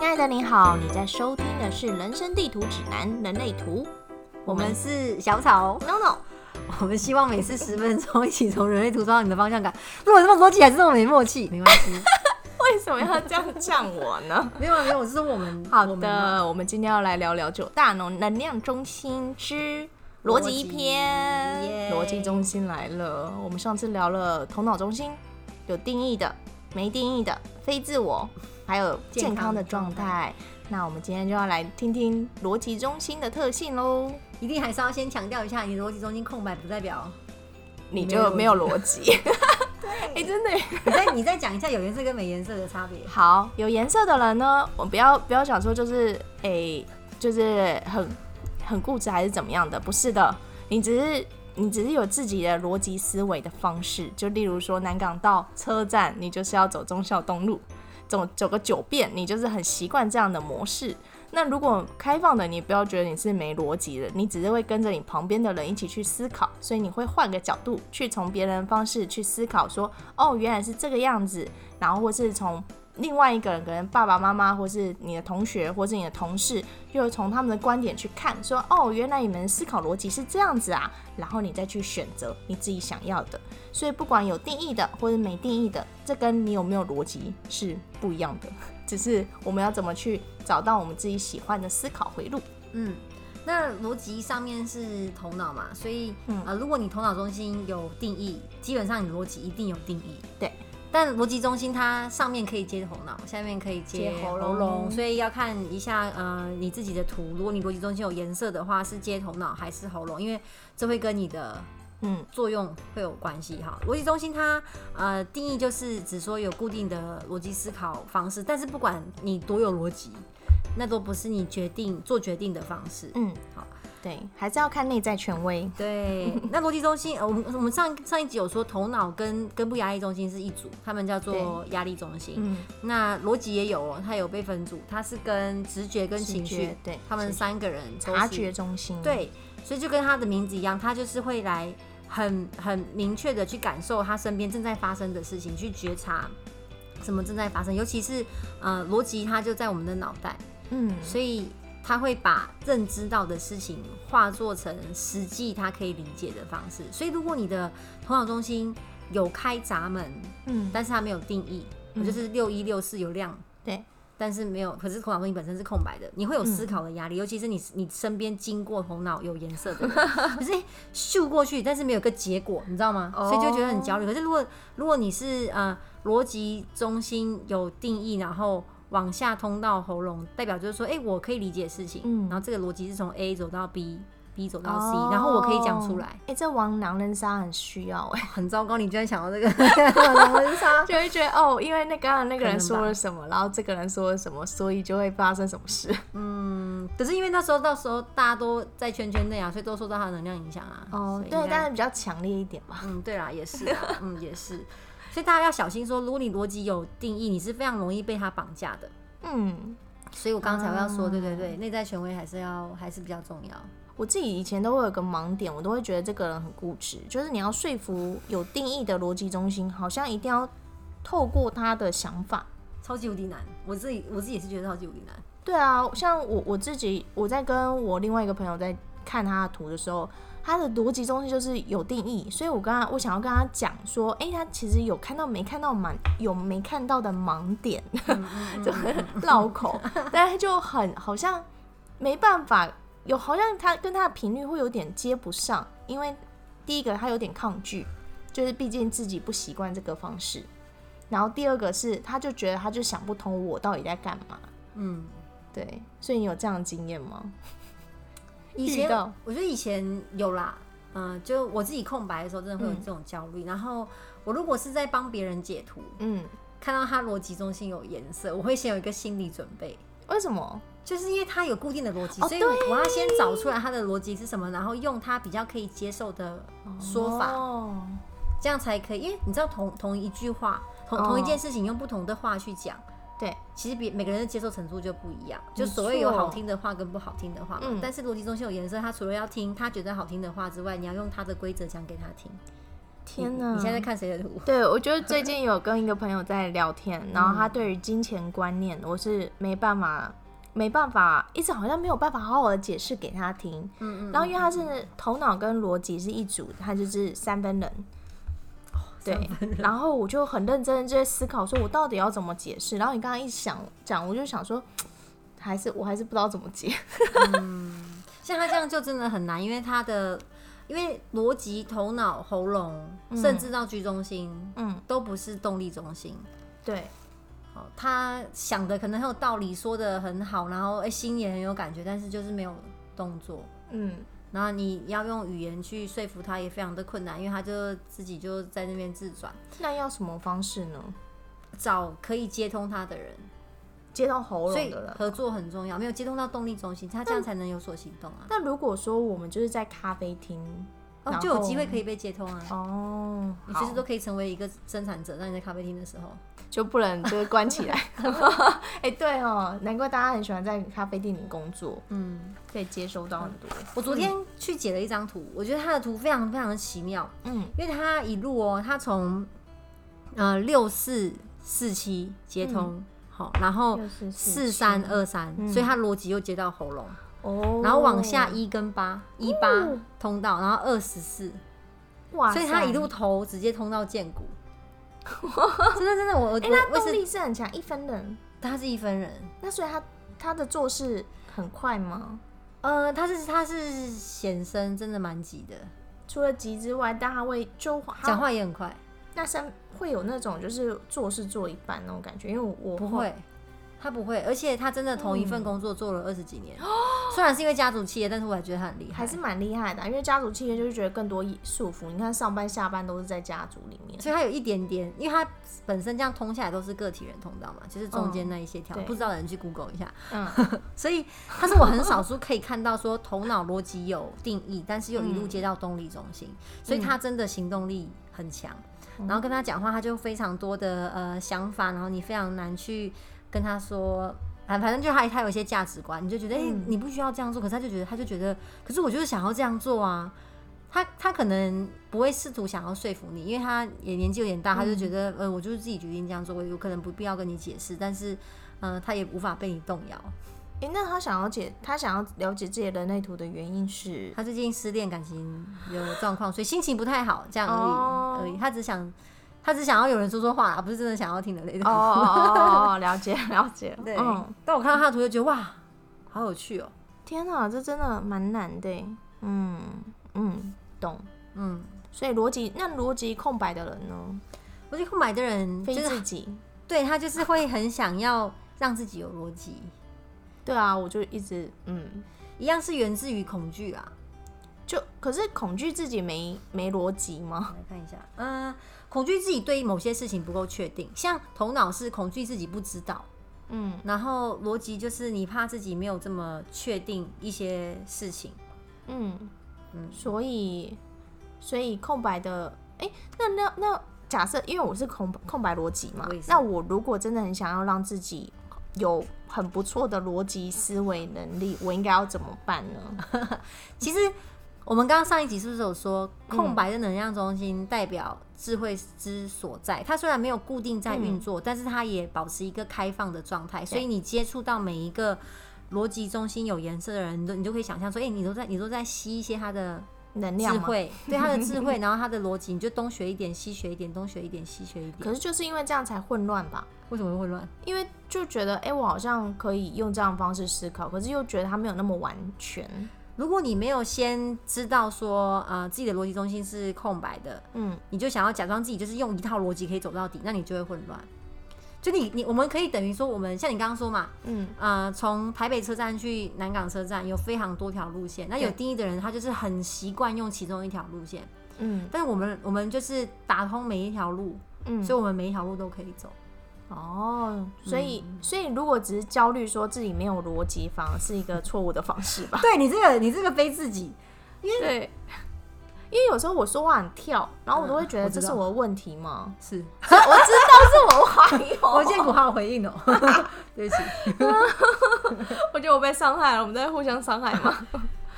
爱的你好，你在收听的是《人生地图指南：人类图》，我们是小草， No No，我们希望每次十分钟，一起从人类图找到你的方向感。如果这么逻辑还是这么没默契，没关系， 为什么要这样呛我呢？没有啊没有，是我 们 好我们嘛的，我们今天要来聊聊九大能能量中心之逻辑篇。耶逻辑中心来了，我们上次聊了头脑中心，有定义的、没定义的、非自我，还有健康的状健康的状态。那我们今天就要来听听逻辑中心的特性喽。一定还是要先强调一下，你逻辑中心空白不代表你没就有没有逻辑， 哎、真的耶。你再你再讲一下有颜色跟没颜色的差别。好，有颜色的人呢，我不要不要想说就是诶、就是很很固执还是怎么样的，不是的，你只是你只是有自己的逻辑思维的方式，就例如说南港到车站，你就是要走忠孝东路，走走个九遍，你就是很习惯这样的模式。那如果开放的，你不要觉得你是没逻辑的，你只是会跟着你旁边的人一起去思考，所以你会换个角度去从别人方式去思考说，哦，原来是这个样子，然后或是从另外一个人，可能爸爸妈妈，或是你的同学，或是你的同事，又从他们的观点去看，说哦，原来你们思考逻辑是这样子啊，然后你再去选择你自己想要的。所以不管有定义的或者没定义的，这跟你有没有逻辑是不一样的，只是我们要怎么去找到我们自己喜欢的思考回路。嗯，那逻辑上面是头脑嘛，所以、嗯呃，如果你头脑中心有定义，基本上你逻辑一定有定义。对，但逻辑中心它上面可以接头脑，下面可以接接喉喉咙咙，所以要看一下呃你自己的图。如果你逻辑中心有颜色的话，是接头脑还是喉咙？因为这会跟你的嗯作用会有关系哈。逻辑中心它呃定义就是只说有固定的逻辑思考方式，但是不管你多有逻辑，那都不是你决定做决定的方 式。嗯，好，对，还是要看内在权威。对，那逻辑中心，呃，我们我们上上一集有说头脑跟根部压力中心是一组，他们叫做压力中心。嗯，那逻辑也有哦，它有被分组，它是跟直觉跟情直绪觉，对他们直觉三个人都是察觉中心。，对，所以就跟他的名字一样，他就是会来很很明确的去感受他身边正在发生的事情，去觉察什么正在发生，尤其是呃逻辑，它就在我们的脑袋，嗯，所以他会把认知到的事情化作成实际他可以理解的方式。所以如果你的头脑中心有开闸门，嗯，但是它没有定义，嗯就是六一六四有量对。但是没有，可是头脑中心本身是空白的，你会有思考的压力，尤其是你你身边经过头脑有颜色的 人，可是诶咻过去，但是没有个结果，你知道吗？哦所以就觉得很焦虑。可是如果如果你是呃逻辑中心有定义，然后往下通到喉咙，代表就是说，哎、我可以理解事情，嗯然后这个逻辑是从 A 走到 B，B 走到 C，、哦然后我可以讲出来。哎、这玩狼人杀很需要哎、 很糟糕，你居然想到这个 狼人杀， 就会觉得哦，因为那刚刚那个人说可能了吧什么，然后这个人说了什么，所以就会发生什么事。嗯，可是因为那时候到时候大家都在圈圈内啊，所以都受到它的能量影响啊。所以应哦对，该但是比较强烈一点吧。嗯，对啦，也是啦，嗯，也是。所以大家要小心说，如果你逻辑有定义，你是非常容易被它绑架的。嗯，所以我刚才我要说，啊对对对，内在权威还是要还是比较重要。我自己以前都会有个盲点，我都会觉得这个人很固执，就是你要说服有定义的逻辑中心，好像一定要透过他的想法。超级无敌难，我自己我自己也是觉得超级无敌难。对啊，像我我自己，我在跟我另外一个朋友在看他的图的时候，他的逻辑中心就是有定义，所以我跟他我想要跟他讲说，诶，他其实有看到没看到盲，有没看到的盲点， 就很绕口，但是就很好像没办法，有好像他跟他的频率会有点接不上，因为第一个他有点抗拒，就是毕竟自己不习惯这个方式。然后第二个是，他就觉得他就想不通我到底在干嘛，嗯，对，所以你有这样的经验吗？以前遇到我觉得以前有啦，嗯、就我自己空白的时候，真的会有嗯这种焦虑。然后我如果是在帮别人解图，嗯，看到他逻辑中心有颜色，我会先有一个心理准备。为什么？就是因为它有固定的逻辑，哦所以我要先找出来它的逻辑是什么，然后用它比较可以接受的说法，哦，这样才可以。因为你知道同同一句话，同哦同一件事情用不同的话去讲，对，其实别每个人的接受程度就不一样。就没所谓有错好听的话跟不好听的话嘛，嗯但是逻辑中心有颜色，他除了要听他觉得好听的话之外，你要用他的规则讲给他听。天哪！你现在在看谁的图？ 对，我觉得最近有跟一个朋友在聊天，然后他对于金钱观 念，我是没办法，没办法，一直好像没有办法好好的解释给他听。嗯嗯，然后因为他是头脑跟逻辑是一组，他就是三分人。哦对，然后我就很认真的就在思考，说我到底要怎么解释。然后你刚刚一想讲，我就想说，还是我还是不知道怎么解。像他这样就真的很难，因为他的因为逻辑、头脑、喉咙，甚至到居中心，嗯，都不是动力中心。对，哦，他想的可能很有道理，说的很好，然后哎、心也很有感觉，但是就是没有动作。嗯，然后你要用语言去说服他也非常的困难，因为他就自己就在那边自转，那要什么方式呢？找可以接通他的人，接到喉所咙以的人。合作很重要，没有接通到动力中心，他这样才能有所行动啊，那如果说我们就是在咖啡厅，哦然，就有机后会可以被接通啊，哦，你随好时都可以成为一个生产者。当你在咖啡厅的时候，就不能就是关起 来。哎、对哦，难怪大家很喜欢在咖啡店里工作，嗯，可以接收到很多。我昨天去解了一张图，我觉得他的图非常非常的奇妙，嗯因为他一路哦，他从呃六四四七接通，嗯好、然后644四三二三，所以他逻辑又接到喉咙。嗯哦然后往下，一跟八，一八通道，然后二十四，哇塞，所以他一路头直接通到剑 骨。真的真的，我我哎、我那我动是力是很强，一分人。他是一分人，那所以他他的做事很快吗？呃，他是他是显身真的蛮急的，除了急之外，但他会就他讲话也很快，那三会有那种就是做事做一半那种感觉，因为我我不会。他不会，而且他真的同一份嗯工作做了二十几年，虽然是因为家族企业，但是我还觉得他很厉害。哦还是蛮厉害的啊、因为家族企业就是觉得更多束缚。你看上班下班都是在家族里面，所以他有一点点，因为他本身这样通下来都是个体人通道嘛，就是中间那一些条，嗯对不知道的人去 Google 一下。嗯，所以他是我很少数可以看到说头脑逻辑有定义，但是又一路接到动力中心，所以他真的行动力很强。然后跟他讲话，他就非常多的呃想法，然后你非常难去跟他说，反反正就他他有一些价值观，你就觉得哎、诶你不需要这样做，可是他就觉得他就觉得，可是我就是想要这样做啊。他他可能不会试图想要说服你，因为他也年纪有点大，他就觉得、呃，我就是自己决定这样做，我有可能不必要跟你解释，但是嗯、呃他也无法被你动摇。 诶，那他想要解，他想要了解这些人类图的原因是，他最近失恋，感情有状况，所以心情不太好，这样而已、哦而已。他只想，他只想要有人说说话啦，不是真的想要听人类哦的雷哦哦 哦，了解了解，对、嗯，但我看到他的图就觉得哇，好有趣哦、天哪，这真的蛮难的耶，嗯嗯，懂。嗯，所以逻辑，那逻辑空白的人呢，我觉得购买的人就非是自己，对他就是会很想要让自己有逻辑，对啊，我就一直嗯，一样是源自于恐惧啊。就可是恐惧自己没没逻辑吗？我来看一下，嗯、恐惧自己对某些事情不够确定，像头脑是恐惧自己不知道。嗯然后逻辑就是你怕自己没有这么确定一些事情，嗯嗯所以所以空白的，诶，那那那假设，因为我是空空白逻辑嘛我也，是那我如果真的很想要让自己有很不错的逻辑思维能力，我应该要怎么办呢？ 其实我们刚刚上一集是不是有说，嗯空白的能量中心代表智慧之所在？它虽然没有固定在运作，嗯但是它也保持一个开放的状态，所以你接触到每一个。逻辑中心有颜色的人，你都你就可以想象说，哎、你都在你都在吸一些他的能智量吗？慧，对他的智慧，然后他的逻辑，你就东学一点，西学一点，东学一点，西学一点。可是就是因为这样才混乱吧？为什么会混乱？因为就觉得，哎、我好像可以用这样的方式思考，可是又觉得它没有那么完全。如果你没有先知道说，呃，自己的逻辑中心是空白的，嗯，你就想要假装自己就是用一套逻辑可以走到底，那你就会混乱。就你你我们可以等于说，我们像你刚刚说嘛，嗯，呃，从台北车站去南港车站有非常多条路线，那有对定义的人他就是很习惯用其中一条路线，嗯但是我们我们就是打通每一条路，嗯，所以我们每一条路都可以走。哦，所以、嗯所以如果只是焦虑说自己没有逻辑，反而是一个错误的方式吧？ 对你这个你这个非自己，对，因为有时候我说话很跳，然后我都会觉嗯我得知这道是我的问题 吗？是所以我知道是我话有， 我见 古好有回应哦、对不起。我觉得我被伤害了，我们在互相伤害吗？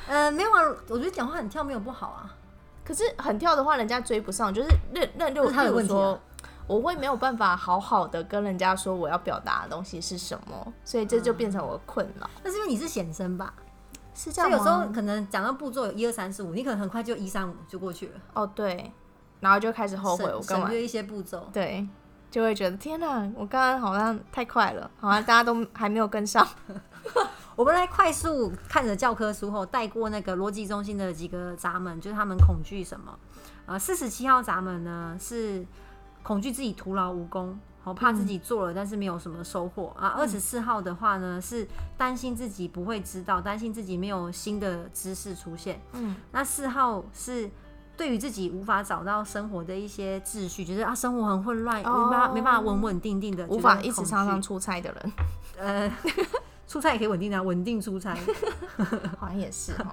呃，没有啊，我觉得讲话很跳没有不好啊。 可是很跳的话，人家追不上，就是那那就那是他的问题啊说，我会没有办法好好的跟人家说我要表达的东西是什么，所以这就变成我的困扰，那是因为你是显生吧？是这所样以吗？有时候可能讲到步骤有一二三四五，你可能很快就一三五就过去了，哦对，然后就开始后悔我省干嘛省略一些步骤。对，就会觉得天哪，我刚刚好像太快了，好像大家都还没有跟上。我们来快速看着教科书后，带过那个逻辑中心的几个闸门，就是他们恐惧什么。呃，四十七号闸门呢是恐惧自己徒劳无功，好怕自嗯己做了、但是没有什么收获啊。二十四号的话呢是担心自己不会知道，担心自己没有新的知识出现。嗯，那四号是对于自己无法找到生活的一些秩序，觉得啊生活很混乱，哦没办法没办法稳稳定定的，无觉得法很一直恐惧常常出差的人，呃出差也可以稳定的、啊，稳定 出差。好像也是哦。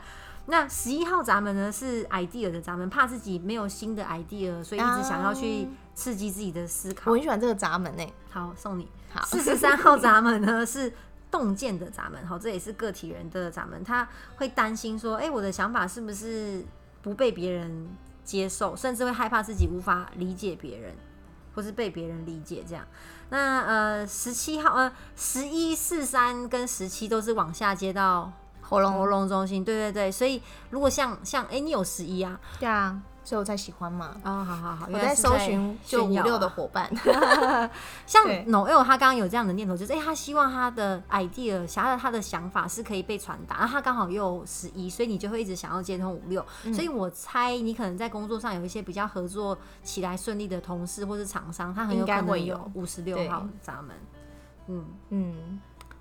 那十一号闸门呢是 idea 的闸门，怕自己没有新的 idea，所以一直想要去刺激自己的思考。啊我很喜欢这个闸门诶，好，送你。好 四十三号闸门呢是洞见的闸门，好，这也是个体人的闸门，他会担心说，哎、我的想法是不是不被别人接受，甚至会害怕自己无法理解别人，或是被别人理解这样。那呃，十七号呃，十一、四三跟十七都是往下接到喉咙喉咙中心，对对对，所以如果像像哎、诶你有十一啊，对啊，所以我才喜欢嘛。哦，好好好，我原来在是搜寻就炫五耀六啊的伙伴， 像对 Noel 他刚刚有这样的念头，就是哎、诶他希望他的 idea，想要他的想法是可以被传达，然后他刚好又有十一，所以你就会一直想要接通五六、嗯所以我猜你可能在工作上有一些比较合作起来顺利的同事或是厂商，他很有应该可能会有有五十六对号闸门。嗯，嗯，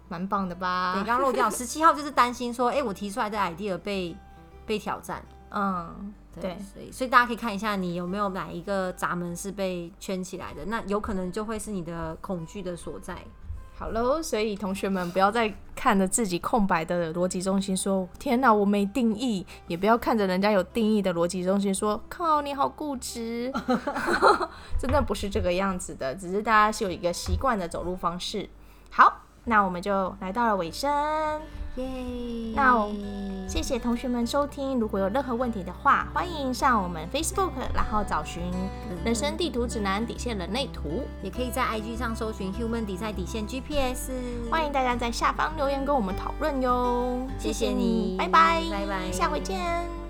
蛮棒的对，吧刚？刚漏掉十七号，就是担心说，哎、我提出来的 idea 被被挑战。嗯，对对，，所以所以大家可以看一下你有没有哪一个闸门是被圈起来的，那有可能就会是你的恐惧的所在。好喽，所以同学们不要再看着自己空白的逻辑中心说“天哪，我没定义”，也不要看着人家有定义的逻辑中心说“靠，你好固执”， 真的不是这个样子的，只是大家是有一个习惯的走路方式。好，那我们就来到了尾声，耶、那我谢谢同学们收听。如果有任何问题的话，欢迎上我们 Facebook，然后找寻嗯《人生地图指南：底线人类图》。也可以在 IG 上搜寻 Human 底在底线 GPS。欢迎大家在下方留言跟我们讨论哟。谢谢你拜拜，拜拜下回见。